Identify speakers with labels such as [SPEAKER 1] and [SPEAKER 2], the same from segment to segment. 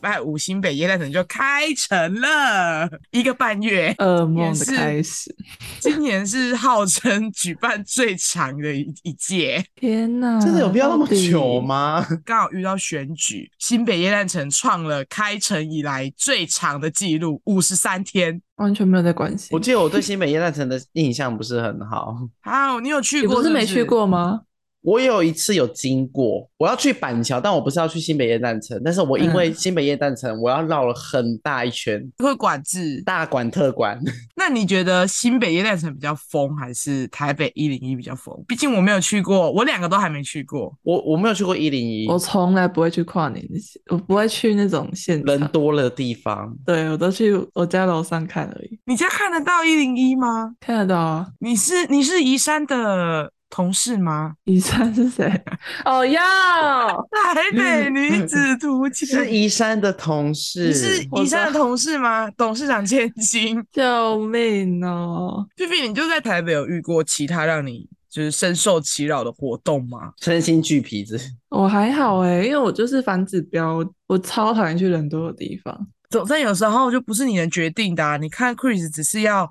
[SPEAKER 1] 拜五新北耶诞城就开城了，一个半月。
[SPEAKER 2] 噩梦的开始。
[SPEAKER 1] 今年是号称举办最长的一一届，
[SPEAKER 2] 天哪，
[SPEAKER 3] 真的有必要那么
[SPEAKER 2] 到底
[SPEAKER 3] 久？吗？
[SPEAKER 1] 刚好遇到选举，新北耶诞城创了开城以来最长的记录，五十三天。
[SPEAKER 2] 完全没有在关心。
[SPEAKER 3] 我记得我对新北耶诞城的印象不是很好，
[SPEAKER 1] 好，你有去
[SPEAKER 2] 你
[SPEAKER 1] 过
[SPEAKER 2] 不
[SPEAKER 1] 是
[SPEAKER 2] 是
[SPEAKER 1] 不
[SPEAKER 2] 没去？过吗？
[SPEAKER 3] 我有一次有经过，我要去板桥，但我不是要去新北耶诞城，但是我因为
[SPEAKER 2] 嗯
[SPEAKER 3] 新北耶诞城，我要绕了很大一圈，
[SPEAKER 1] 会管制。
[SPEAKER 3] 大馆特馆。
[SPEAKER 1] 那你觉得新北耶诞城比较疯，还是台北一零一比较疯？毕竟我没有去过，我两个都还没去过。
[SPEAKER 3] 我我没有去过一零一
[SPEAKER 2] 我，从来不会去跨年的戏，我不会去那种现
[SPEAKER 3] 人
[SPEAKER 2] 场。
[SPEAKER 3] 多了的地方，
[SPEAKER 2] 对我都去我家楼上看而已，
[SPEAKER 1] 你家看得到一零一吗？
[SPEAKER 2] 看得到啊。
[SPEAKER 1] 你是你是宜山的同事吗？
[SPEAKER 2] 以上是谁？哦要，
[SPEAKER 1] 台北女子图鉴
[SPEAKER 3] 嗯是宜山的同事，
[SPEAKER 1] 你是
[SPEAKER 2] 我
[SPEAKER 1] 宜山的
[SPEAKER 2] 知道
[SPEAKER 1] 同事吗？董事长千金
[SPEAKER 2] 救命哦！
[SPEAKER 1] 菲菲，你就在台北有遇过其他让你就是深受其扰的活动吗？
[SPEAKER 3] 身心俱疲子。
[SPEAKER 2] 我还好诶、因为我就是反指标，我超讨厌去人多的地方。
[SPEAKER 1] 总但有时候就不是你能决定的、啊。你看 Chris 只是要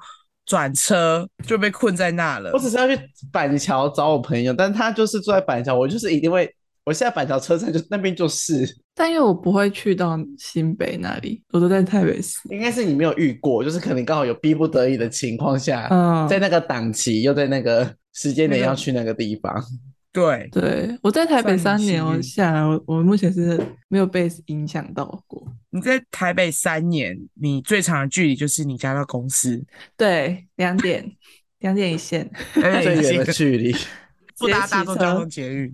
[SPEAKER 1] 转车就被困在那了
[SPEAKER 3] 我，只是要去板桥找我朋友，但他就是住在板桥，我就是一定会，我现在板桥车站就那边就是，
[SPEAKER 2] 但因为我不会去到新北那里，我都在台北市。
[SPEAKER 3] 应该是你没有遇过，就是可能刚好有逼不得已的情况下，
[SPEAKER 2] 嗯，
[SPEAKER 3] 在那个档期又在那个时间
[SPEAKER 1] 那
[SPEAKER 3] 点
[SPEAKER 1] 个
[SPEAKER 3] 要去那个地方，
[SPEAKER 2] 嗯
[SPEAKER 1] 对，
[SPEAKER 2] 对我在台北
[SPEAKER 1] 算
[SPEAKER 2] 三
[SPEAKER 1] 你
[SPEAKER 2] 年，
[SPEAKER 1] 幸
[SPEAKER 2] 我
[SPEAKER 1] 运
[SPEAKER 2] 下来，我我目前是没有被影响到过。
[SPEAKER 1] 你在台北三年，你最长的距离就是你家到公司，
[SPEAKER 2] 对，两点，两点一线。
[SPEAKER 1] 哎
[SPEAKER 3] 最
[SPEAKER 1] 已
[SPEAKER 3] 远
[SPEAKER 1] 经
[SPEAKER 3] 的距离。
[SPEAKER 1] 不搭大众交通捷运，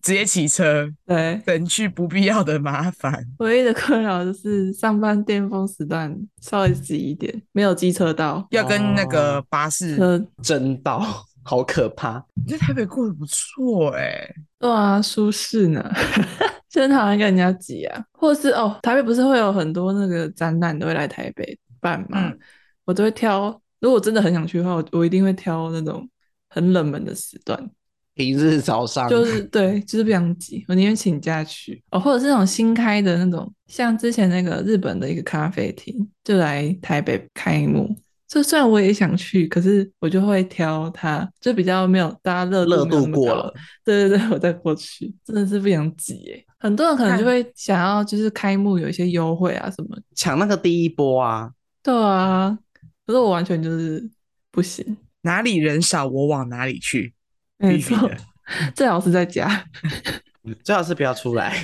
[SPEAKER 1] 直接骑车，
[SPEAKER 2] 对，
[SPEAKER 1] 省去不必要的麻烦。
[SPEAKER 2] 唯一的困扰就是上班巅峰时段稍微挤一点，没有机车道，
[SPEAKER 1] 要跟那个
[SPEAKER 3] 哦
[SPEAKER 1] 巴士，
[SPEAKER 2] 车
[SPEAKER 3] 真到，好可怕！
[SPEAKER 1] 你在台北过得不错哎、
[SPEAKER 2] 对啊，舒适呢， 真讨厌跟人家挤啊。或是哦，台北不是会有很多那个展览都会来台北办吗？
[SPEAKER 1] 嗯
[SPEAKER 2] 我都会挑，如果真的很想去的话，我我一定会挑那种很冷门的时段，
[SPEAKER 3] 平日早上
[SPEAKER 2] 就是对，就是不想挤，我宁愿请假去哦，或者是那种新开的那种，像之前那个日本的一个咖啡厅就来台北开幕。就虽然我也想去，可是我就会挑它，就比较没有大家热
[SPEAKER 3] 热
[SPEAKER 2] 没有
[SPEAKER 3] 度
[SPEAKER 2] 那么
[SPEAKER 3] 过
[SPEAKER 2] 高
[SPEAKER 3] 了，
[SPEAKER 2] 对对对，我再过去，真的是不想挤耶。很多人可能就
[SPEAKER 1] 看
[SPEAKER 2] 会想要就是开幕有一些优惠啊什么的，
[SPEAKER 3] 抢那个第一波啊，
[SPEAKER 2] 对啊，可是我完全就是不行，
[SPEAKER 1] 哪里人少我往哪里去。
[SPEAKER 2] 没
[SPEAKER 1] 必须
[SPEAKER 2] 错
[SPEAKER 1] 的，
[SPEAKER 2] 最好是在家。
[SPEAKER 3] 最好是不要出来。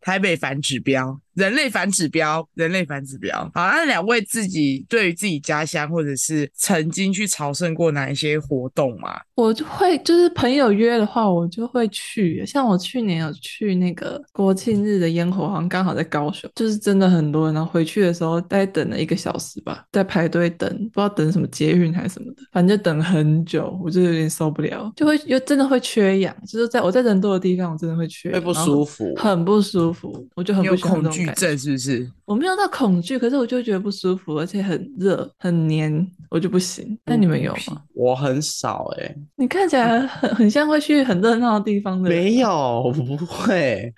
[SPEAKER 1] 台北反指标，人类反指标，人类反指标。好，那两位自己对于自己家乡或者是曾经去朝圣过哪一些活动吗？
[SPEAKER 2] 我就会就是朋友约的话，我就会去。像我去年有去那个国庆日的烟火，好像刚好在高雄，就是真的很多人。然后回去的时候，大概等了一个小时吧，在排队等，不知道等什么捷运还是什么的，反正就等很久，我就有点受不了，就会又真的会缺氧，就是在我在人多的地方，我真的会缺
[SPEAKER 3] 会
[SPEAKER 2] 氧，
[SPEAKER 3] 不
[SPEAKER 2] 然后
[SPEAKER 3] 舒服
[SPEAKER 2] 很不舒服，我就很
[SPEAKER 1] 你
[SPEAKER 2] 不
[SPEAKER 1] 有
[SPEAKER 2] 喜欢这
[SPEAKER 1] 恐
[SPEAKER 2] 种
[SPEAKER 1] 惧
[SPEAKER 2] 感觉。
[SPEAKER 1] 症是不是？
[SPEAKER 2] 我没有到恐惧，可是我就觉得不舒服，而且很热很黏，我就不行。
[SPEAKER 1] 嗯
[SPEAKER 2] 那你们有吗？
[SPEAKER 3] 我很少哎、
[SPEAKER 2] 你看起来很很像会去很热闹的地方的人，啊
[SPEAKER 3] 没有，我不会。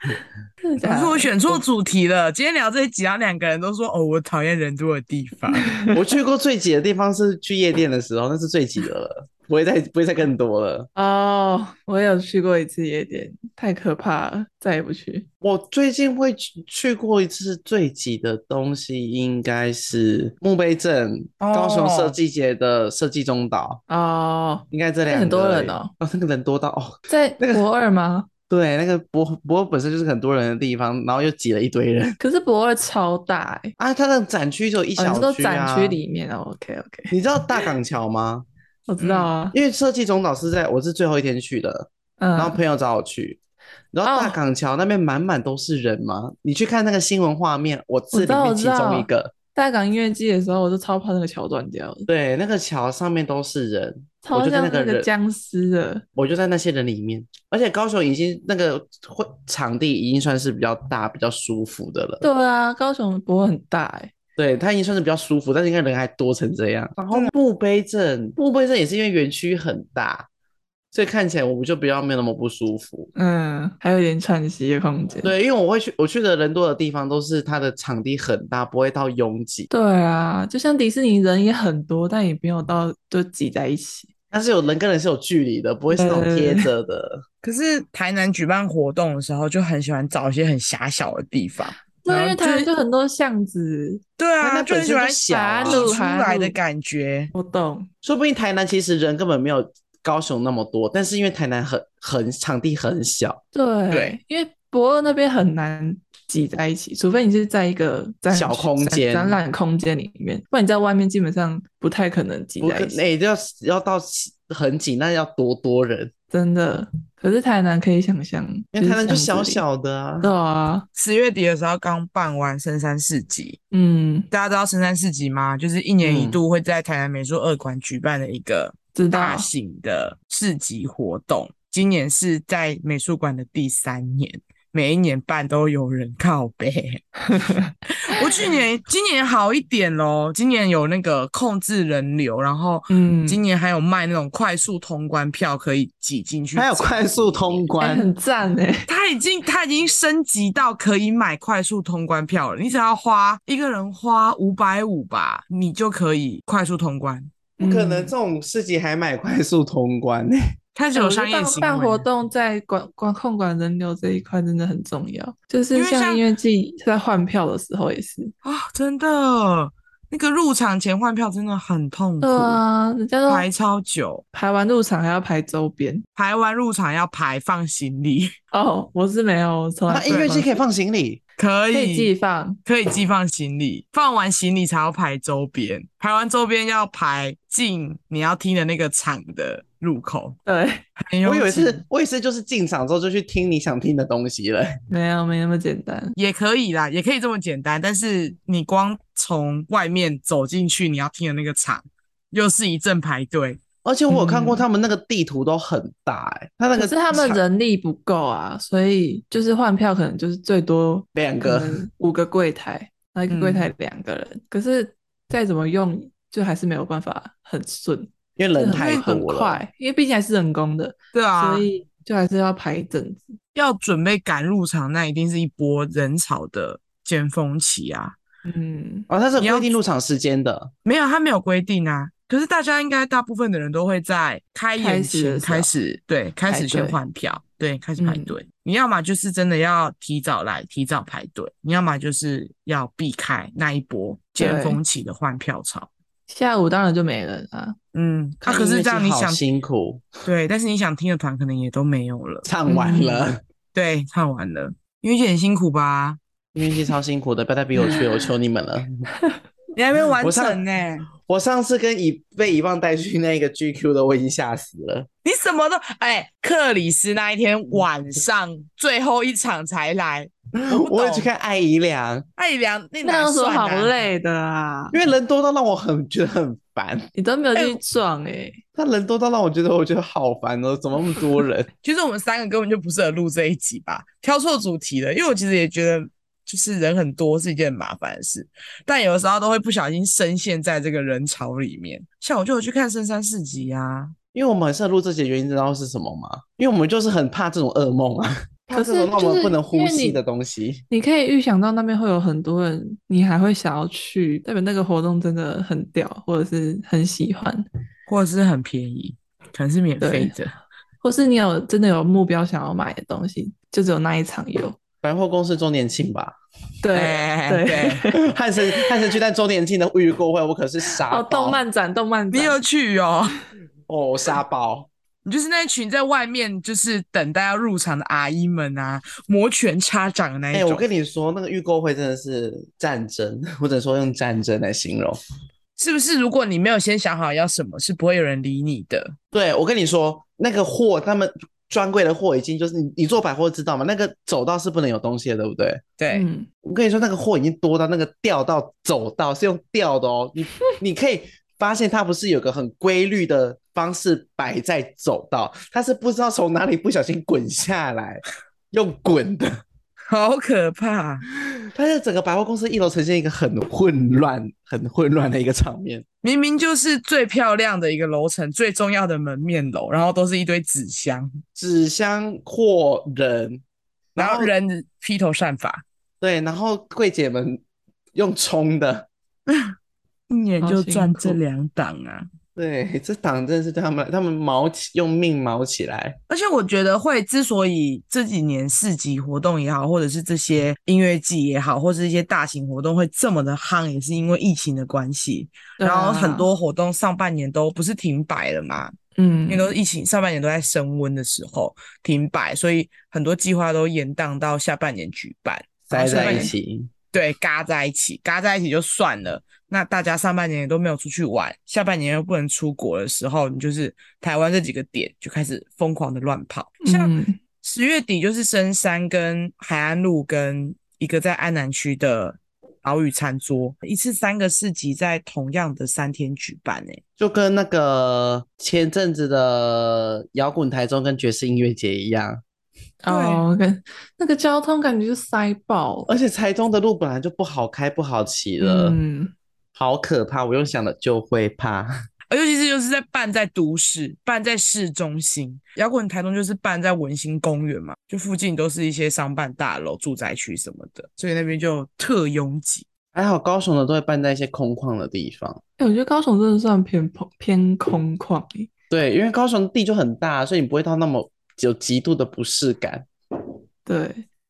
[SPEAKER 2] 真的
[SPEAKER 1] 可
[SPEAKER 2] 假
[SPEAKER 1] 是
[SPEAKER 2] 的？
[SPEAKER 1] 我选错主题了。今天聊这一集，然后两个人都说哦，我讨厌人多的地 方。
[SPEAKER 3] 我去过最挤的地方是去夜店的时候，那是最挤的了，不会再不会再更多了。
[SPEAKER 2] 哦，我有去过一次夜店，太可怕了，再也不去。
[SPEAKER 3] 我最近会去去过一次最挤的东西，应该是墓碑镇
[SPEAKER 1] 哦
[SPEAKER 3] 高雄设计节的设计中岛，
[SPEAKER 2] 哦，
[SPEAKER 3] 应该这两
[SPEAKER 2] 很多
[SPEAKER 3] 个而
[SPEAKER 2] 人
[SPEAKER 3] 已
[SPEAKER 2] 哦，
[SPEAKER 3] 那个人多到哦，
[SPEAKER 2] 在
[SPEAKER 3] 那个
[SPEAKER 2] 博二吗？
[SPEAKER 3] 对，那个博博本身就是很多人的地方，然后又挤了一堆人
[SPEAKER 2] 可是博二超大哎、
[SPEAKER 3] 啊。它的展区只有
[SPEAKER 2] 哦，
[SPEAKER 3] 一
[SPEAKER 2] 你是
[SPEAKER 3] 小
[SPEAKER 2] 说
[SPEAKER 3] 区
[SPEAKER 2] 展
[SPEAKER 3] 啊。
[SPEAKER 2] 区里面哦？OK OK，
[SPEAKER 3] 你知道大港桥吗？
[SPEAKER 2] 我
[SPEAKER 3] 嗯
[SPEAKER 2] 知道啊，
[SPEAKER 3] 因为设计中岛是在我是最后一天去的，
[SPEAKER 2] 嗯，
[SPEAKER 3] 然后朋友找我去，然后大
[SPEAKER 2] 哦
[SPEAKER 3] 港桥那边满满都是人嘛，你去看那个新闻画面，我
[SPEAKER 2] 我
[SPEAKER 3] 是
[SPEAKER 2] 知
[SPEAKER 3] 里
[SPEAKER 2] 道我
[SPEAKER 3] 面
[SPEAKER 2] 知
[SPEAKER 3] 其中
[SPEAKER 2] 道
[SPEAKER 3] 一个。
[SPEAKER 2] 大港音乐季的时候，我就超怕那个桥断掉的，
[SPEAKER 3] 对，那个桥上面都是人，我
[SPEAKER 2] 超
[SPEAKER 3] 就在
[SPEAKER 2] 像
[SPEAKER 3] 那
[SPEAKER 2] 那
[SPEAKER 3] 个
[SPEAKER 2] 个
[SPEAKER 3] 人，
[SPEAKER 2] 僵尸的。
[SPEAKER 3] 我就在那些人里面。而且高雄已经那个会场地已经算是比较大、比较舒服的了。
[SPEAKER 2] 对啊，高雄博二很大哎、
[SPEAKER 3] 对，它已经算是比较舒服，但是应该人还多成这样。然后墓碑镇，墓碑镇也是因为园区很大，所以看起来我就比较没有那么不舒服。
[SPEAKER 2] 嗯，还有一点喘息的空间。
[SPEAKER 3] 对，因为我会去，我去的人多的地方都是它的场地很大，不会到拥挤，
[SPEAKER 2] 对啊，就像迪士尼人也很多，但也没有到就挤在一起。
[SPEAKER 3] 但是有人跟人是有距离的，不会是那种贴着的。
[SPEAKER 1] 可是台南举办活动的时候，就很喜欢找一些很狭小的地方。
[SPEAKER 2] 对，
[SPEAKER 1] 然
[SPEAKER 2] 因
[SPEAKER 1] 后
[SPEAKER 2] 为台湾就很多巷子，
[SPEAKER 1] 对
[SPEAKER 3] 台
[SPEAKER 1] 啊，
[SPEAKER 3] 南
[SPEAKER 1] 就很
[SPEAKER 3] 本
[SPEAKER 1] 喜
[SPEAKER 3] 身
[SPEAKER 1] 欢
[SPEAKER 3] 就小啊
[SPEAKER 1] 挤出
[SPEAKER 2] 哈
[SPEAKER 1] 来的
[SPEAKER 2] 路
[SPEAKER 1] 感觉。
[SPEAKER 2] 我懂。
[SPEAKER 3] 说不定台南其实人根本没有高雄那么多，但是因为台南很很场地很小，
[SPEAKER 2] 对，
[SPEAKER 1] 对
[SPEAKER 2] 因为博二那边很难挤在一起，除非你是在一个展
[SPEAKER 3] 小空
[SPEAKER 2] 展
[SPEAKER 3] 间
[SPEAKER 2] 展览空间里面，不然你在外面基本上不太可能挤
[SPEAKER 3] 不
[SPEAKER 2] 在
[SPEAKER 3] 可
[SPEAKER 2] 一起。
[SPEAKER 3] 那要要到很挤，那要多多人，
[SPEAKER 2] 真的，可是台南可以想象，
[SPEAKER 3] 因为台南就小
[SPEAKER 2] 是巷子
[SPEAKER 3] 小的啊
[SPEAKER 2] 里。。对啊，
[SPEAKER 1] 十月底的时候刚办完深山市集，
[SPEAKER 2] 嗯，
[SPEAKER 1] 大家知道深山市集吗？就是一年一
[SPEAKER 3] 嗯
[SPEAKER 1] 度会在台南美术二馆举办的一个
[SPEAKER 2] 知道
[SPEAKER 1] 大型的市集活动。今年是在美术馆的第三年，每一年办都有人靠 背。我去年、今年好一点咯，今年有那个控制人流，然后
[SPEAKER 2] 嗯
[SPEAKER 1] 今年还有卖那种快速通关票，可以挤进去。
[SPEAKER 3] 还有快速通
[SPEAKER 2] 哎
[SPEAKER 3] 关，
[SPEAKER 2] 很赞哎、
[SPEAKER 1] 他已经他已经升级到可以买快速通关票了，你只要花一个人花五百五吧，你就可以快速通关。
[SPEAKER 3] 不可能
[SPEAKER 2] 嗯
[SPEAKER 3] 这种事情还买快速通关呢、
[SPEAKER 1] 开始
[SPEAKER 2] 哎我
[SPEAKER 1] 有
[SPEAKER 2] 觉得
[SPEAKER 1] 商业
[SPEAKER 2] 办
[SPEAKER 1] 行
[SPEAKER 2] 办
[SPEAKER 1] 为
[SPEAKER 2] 活
[SPEAKER 1] 了，
[SPEAKER 2] 动在管管控管人流这一块真的很重要，就是
[SPEAKER 1] 因为像
[SPEAKER 2] 像音乐季在换票的时候也是，
[SPEAKER 1] 啊、真的，那个入场前换票真的很痛苦，
[SPEAKER 2] 对啊，人家都
[SPEAKER 1] 排超久，
[SPEAKER 2] 排完入场还要排周边。
[SPEAKER 1] 排完入场要排放行李，
[SPEAKER 2] 哦，我是没有，我从来
[SPEAKER 3] 那
[SPEAKER 2] 不
[SPEAKER 3] 音乐
[SPEAKER 2] 放
[SPEAKER 3] 季可以放行李，
[SPEAKER 1] 可
[SPEAKER 2] 可以寄
[SPEAKER 1] 以
[SPEAKER 2] 放，
[SPEAKER 1] 可以寄放行李，放完行李才要排周边，排完周边要排进你要听的那个场的入口。
[SPEAKER 2] 对，
[SPEAKER 1] 很拥
[SPEAKER 3] 我以为
[SPEAKER 1] 挤
[SPEAKER 3] 是，我以为是就是进场之后就去听你想听的东西了。
[SPEAKER 2] 没有没那么简单。
[SPEAKER 1] 也可以啦，也可以这么简单。但是你光从外面走进去，你要听的那个场，又是一阵排队。
[SPEAKER 3] 而且我有看过
[SPEAKER 2] 嗯
[SPEAKER 3] 他们那个地图都很大、欸，他那
[SPEAKER 2] 可
[SPEAKER 3] 个
[SPEAKER 2] 是他们
[SPEAKER 3] 场
[SPEAKER 2] 人力不够啊，所以就是换票可能就是最多
[SPEAKER 3] 两
[SPEAKER 2] 可
[SPEAKER 3] 个，
[SPEAKER 2] 能五个柜台，然后一个柜
[SPEAKER 1] 嗯
[SPEAKER 2] 台两个人，可是再怎么用就还是没有办法很顺，
[SPEAKER 3] 因为人
[SPEAKER 2] 就是很
[SPEAKER 3] 太
[SPEAKER 2] 很
[SPEAKER 3] 多了。
[SPEAKER 2] 快，因为毕竟还是人工的，
[SPEAKER 1] 对啊
[SPEAKER 2] 所，以就还是要排一阵子。
[SPEAKER 1] 要准备赶入场，那一定是一波人潮的尖峰期啊。
[SPEAKER 2] 嗯，
[SPEAKER 3] 哦，它是
[SPEAKER 1] 你
[SPEAKER 3] 有
[SPEAKER 1] 要
[SPEAKER 3] 规定入场时间的，
[SPEAKER 1] 没有，他没有规定啊。可是大家应该大部分的人都会在开
[SPEAKER 2] 开
[SPEAKER 1] 演
[SPEAKER 2] 始的
[SPEAKER 1] 前
[SPEAKER 2] 时候
[SPEAKER 1] 开始，对，开
[SPEAKER 2] 排
[SPEAKER 1] 始先
[SPEAKER 2] 队
[SPEAKER 1] 换票，对，开始排
[SPEAKER 2] 嗯
[SPEAKER 1] 队。你要么就是真的要提早来，提早排队；你要么就是要避开那一波尖
[SPEAKER 2] 对
[SPEAKER 1] 峰期的换票潮。
[SPEAKER 2] 下午当然就没人啊。
[SPEAKER 1] 嗯，啊，
[SPEAKER 3] 看
[SPEAKER 1] 可
[SPEAKER 3] 音
[SPEAKER 1] 是
[SPEAKER 3] 乐
[SPEAKER 1] 这样
[SPEAKER 3] 季
[SPEAKER 1] 你
[SPEAKER 3] 好
[SPEAKER 1] 想
[SPEAKER 3] 辛苦，
[SPEAKER 1] 对，但是你想听的团可能也都没有了，
[SPEAKER 3] 唱完了，
[SPEAKER 1] 对，唱完了，因为就很辛苦吧？
[SPEAKER 3] 音乐季超辛苦的，不要再逼我去了，我求你们了。
[SPEAKER 1] 你还没完
[SPEAKER 3] 我唱
[SPEAKER 1] 成呢、
[SPEAKER 3] 我上次跟遗被遗忘带去那个 GQ 的，我已经吓死了。
[SPEAKER 1] 你什么都哎、克里斯那一天晚上最后一场才来，不
[SPEAKER 3] 我也去
[SPEAKER 1] 懂哎
[SPEAKER 3] 看艾姨良，
[SPEAKER 1] 艾怡良那
[SPEAKER 2] 那
[SPEAKER 1] 哪
[SPEAKER 2] 有什么
[SPEAKER 1] 算啊
[SPEAKER 2] 好累的啊？
[SPEAKER 3] 因为人多到让我很觉得很烦，
[SPEAKER 2] 你都没有
[SPEAKER 1] 哎
[SPEAKER 2] 去
[SPEAKER 1] 我
[SPEAKER 2] 撞哎、欸，
[SPEAKER 3] 他人多到让我觉得我觉得好烦哦，怎么那么多人？
[SPEAKER 1] 其实我们三个根本就不适合录这一集吧，挑错主题了。因为我其实也觉得，就是人很多是一件很麻烦的事，但有的时候都会不小心深陷在这个人潮里面。像我就有去看深山市集啊，
[SPEAKER 3] 因为我们很适合录这些的原因，知道是什么吗？因为我们就是很怕这种噩梦啊，怕
[SPEAKER 2] 可
[SPEAKER 3] 这
[SPEAKER 2] 是
[SPEAKER 3] 种让我
[SPEAKER 2] 就
[SPEAKER 3] 们
[SPEAKER 2] 是
[SPEAKER 3] 不能
[SPEAKER 2] 因
[SPEAKER 3] 呼
[SPEAKER 2] 为
[SPEAKER 3] 吸
[SPEAKER 2] 你
[SPEAKER 3] 的东西。
[SPEAKER 2] 你可以预想到那边会有很多人，你还会想要去，代表那个活动真的很屌，或者是很喜欢，
[SPEAKER 1] 或者是很便宜，可能是免费的。
[SPEAKER 2] 或是你有真的有目标想要买的东西，就只有那一场有。
[SPEAKER 3] 百货公司周年庆吧，
[SPEAKER 2] 对、
[SPEAKER 1] 哎
[SPEAKER 2] 对，
[SPEAKER 1] 对
[SPEAKER 3] 汉森汉森巨蛋周年庆的预购会，我可是傻
[SPEAKER 2] 哦，
[SPEAKER 3] 爆
[SPEAKER 2] 动漫展，动漫
[SPEAKER 1] 你
[SPEAKER 2] 展，
[SPEAKER 1] 有去哦？
[SPEAKER 3] 哦，我傻爆。
[SPEAKER 1] 你就是那群在外面就是等待要入场的阿姨们啊，摩拳擦掌的那
[SPEAKER 3] 哎、
[SPEAKER 1] 一种。
[SPEAKER 3] 我跟你说，那个预购会真的是战争， 或者说用战争来形容。
[SPEAKER 1] 是不是如果你没有先想好要什么，是不会有人理你的？
[SPEAKER 3] 对，我跟你说，那个货，他们专柜的货已经就是你，你做百货知道吗？那个走道是不能有东西的，对不对？
[SPEAKER 1] 对，
[SPEAKER 2] 嗯，
[SPEAKER 3] 我跟你说，那个货已经多到那个掉到走道是用掉的哦，你你可以发现它不是有个很规律的方式摆在走道，它是不知道从哪里不小心滚下来，用滚的。
[SPEAKER 1] 好可怕！
[SPEAKER 3] 但是整个百货公司一楼呈现一个很混乱、很混乱的一个场面。
[SPEAKER 1] 明明就是最漂亮的一个楼层，最重要的门面楼，然后都是一堆纸箱，
[SPEAKER 3] 纸箱或人，
[SPEAKER 1] 然后人披头散发，
[SPEAKER 3] 对，然后柜姐们用冲的，
[SPEAKER 1] 一年
[SPEAKER 2] 好
[SPEAKER 1] 就
[SPEAKER 2] 辛
[SPEAKER 1] 赚这
[SPEAKER 2] 苦
[SPEAKER 1] 两档 啊！
[SPEAKER 3] 对， 这档真的是对他们，他们毛起用命毛起来，
[SPEAKER 1] 而且我觉得会之所以这几年市集活动也好，或者是这些音乐季也好，或是一些大型活动会这么的夯，也是因为疫情的关系。
[SPEAKER 2] 对
[SPEAKER 1] 然后
[SPEAKER 2] 啊
[SPEAKER 1] 很多活动上半年都不是停摆了嘛，
[SPEAKER 2] 嗯
[SPEAKER 1] 因为都是疫情上半年都在升温的时候停摆，所以很多计划都延宕到下半年举办，然后
[SPEAKER 3] 塞
[SPEAKER 1] 下
[SPEAKER 3] 在
[SPEAKER 1] 半
[SPEAKER 3] 一
[SPEAKER 1] 年
[SPEAKER 3] 起。
[SPEAKER 1] 对，嘎在一起，嘎在一起就算了。那大家上半年也都没有出去玩，下半年又不能出国的时候，你就是台湾这几个点就开始疯狂的乱跑。像
[SPEAKER 2] 嗯
[SPEAKER 1] 十月底就是深山跟海岸路跟一个在安南区的岛屿餐桌，一次三个市集在同样的三天举办、欸，
[SPEAKER 3] 就跟那个前阵子的摇滚台中跟爵士音乐节一样，
[SPEAKER 1] 对
[SPEAKER 2] 哦，跟那个交通感觉就塞爆了，
[SPEAKER 3] 而且台中的路本来就不好开、不好骑了，
[SPEAKER 2] 嗯，
[SPEAKER 3] 好可怕！我用想的就会怕。
[SPEAKER 1] 而尤其是就是在办在都市，办在市中心，摇滚台中就是办在文心公园嘛，就附近都是一些商办大楼、住宅区什么的，所以那边就特拥挤。
[SPEAKER 3] 还好高雄的都会办在一些空旷的地方，
[SPEAKER 2] 哎、我觉得高雄真的算偏空偏空旷欸
[SPEAKER 3] 对，因为高雄地就很大，所以你不会到那么有极度的不适感。
[SPEAKER 2] 对，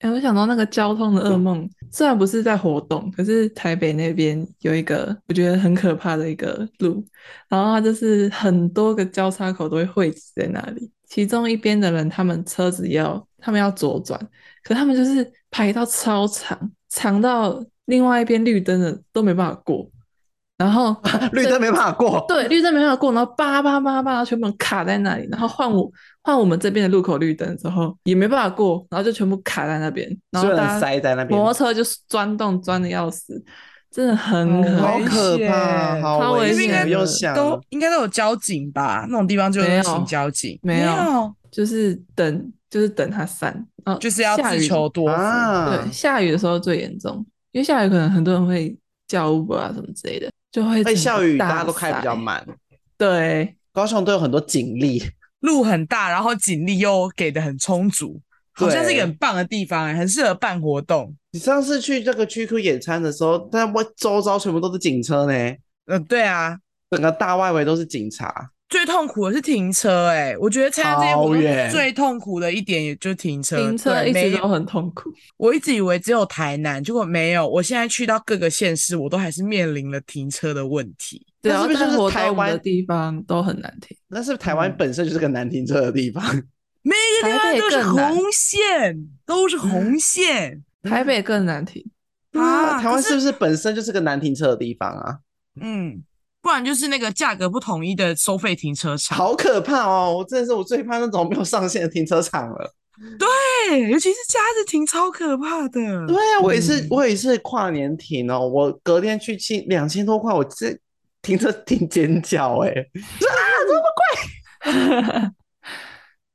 [SPEAKER 2] 哎、我想到那个交通的噩梦，虽然不是在活动，可是台北那边有一个我觉得很可怕的一个路，然后它就是很多个交叉口都会汇集在那里，其中一边的人他们车子要他们要左转，可他们就是排到超长，长到另外一边绿灯的都没办法过，然后
[SPEAKER 3] 绿灯没办法过，
[SPEAKER 2] 对，绿灯没办法过，然后叭叭叭叭，全部卡在那里，然后换我换我们这边的路口绿灯之后也没办法过，然后就全部卡在那边，然
[SPEAKER 3] 所
[SPEAKER 2] 后
[SPEAKER 3] 有人
[SPEAKER 2] 大家
[SPEAKER 3] 塞在那边，
[SPEAKER 2] 摩托车就是钻洞钻的要死，真的很
[SPEAKER 1] 好危
[SPEAKER 2] 可怕。
[SPEAKER 3] 好可
[SPEAKER 1] 险
[SPEAKER 3] 怕，好
[SPEAKER 2] 超
[SPEAKER 3] 危
[SPEAKER 2] 危
[SPEAKER 3] 险！
[SPEAKER 2] 险
[SPEAKER 3] 我又想
[SPEAKER 1] 都应该都有交警吧？那种地方就
[SPEAKER 2] 没有
[SPEAKER 1] 请交警，
[SPEAKER 2] 没有就是等就是等它散，然后
[SPEAKER 1] 就是要
[SPEAKER 2] 下
[SPEAKER 1] 自
[SPEAKER 2] 雨
[SPEAKER 1] 求多福。
[SPEAKER 3] 啊
[SPEAKER 2] 对，，下雨的时候最严重，因为下雨可能很多人会叫 Uber 啊什么之类的，就会
[SPEAKER 3] 而且
[SPEAKER 2] 整
[SPEAKER 3] 下
[SPEAKER 2] 个
[SPEAKER 3] 雨
[SPEAKER 2] 大
[SPEAKER 3] 大家都开比较
[SPEAKER 2] 塞，
[SPEAKER 3] 慢，
[SPEAKER 2] 对，
[SPEAKER 3] 高雄都有很多警力，
[SPEAKER 1] 路很大，然后警力又给的很充足，好像是一个
[SPEAKER 3] 对
[SPEAKER 1] 很棒的地方、欸，很适合办活动。
[SPEAKER 3] 你上次去这个 QQ 野餐的时候，但我周遭全部都是警车呢，
[SPEAKER 1] 呃，对啊，
[SPEAKER 3] 整个大外围都是警察。
[SPEAKER 1] 最痛苦的是停车、欸，哎，我觉得参加这些活
[SPEAKER 3] 超远
[SPEAKER 1] 动最痛苦的一点也就停车，
[SPEAKER 2] 停车
[SPEAKER 1] 对
[SPEAKER 2] 一
[SPEAKER 1] 没
[SPEAKER 2] 直
[SPEAKER 1] 有
[SPEAKER 2] 都很痛苦。
[SPEAKER 1] 我一直以为只有台南，结果没有。我现在去到各个县市，我都还是面临了停车的问题。
[SPEAKER 2] 只
[SPEAKER 3] 那是
[SPEAKER 2] 要
[SPEAKER 3] 不是
[SPEAKER 2] 在
[SPEAKER 3] 就是
[SPEAKER 2] 活
[SPEAKER 3] 台
[SPEAKER 2] 动的
[SPEAKER 3] 湾
[SPEAKER 2] 地方都很难停。
[SPEAKER 3] 那是不是台湾
[SPEAKER 1] 嗯
[SPEAKER 3] 本身就是个难停车的地方，
[SPEAKER 1] 每一个地
[SPEAKER 2] 台
[SPEAKER 1] 方
[SPEAKER 2] 北
[SPEAKER 1] 都是
[SPEAKER 2] 更难
[SPEAKER 1] 红线，都是红线
[SPEAKER 2] 台北更难停，
[SPEAKER 1] 啊！
[SPEAKER 3] 嗯 台湾
[SPEAKER 1] 可
[SPEAKER 3] 是不是本身就是个难停车的地方啊？
[SPEAKER 1] 嗯，不然就是那个价格不统一的收费停车场，
[SPEAKER 3] 好可怕哦！我真的是我最怕那种没有上限的停车场了。
[SPEAKER 1] 对，尤其是假日停，超可怕的。
[SPEAKER 3] 对啊，我也是，
[SPEAKER 2] 嗯
[SPEAKER 3] 我也是跨年停哦，我隔天去七两千多块，我这停车停尖叫哎、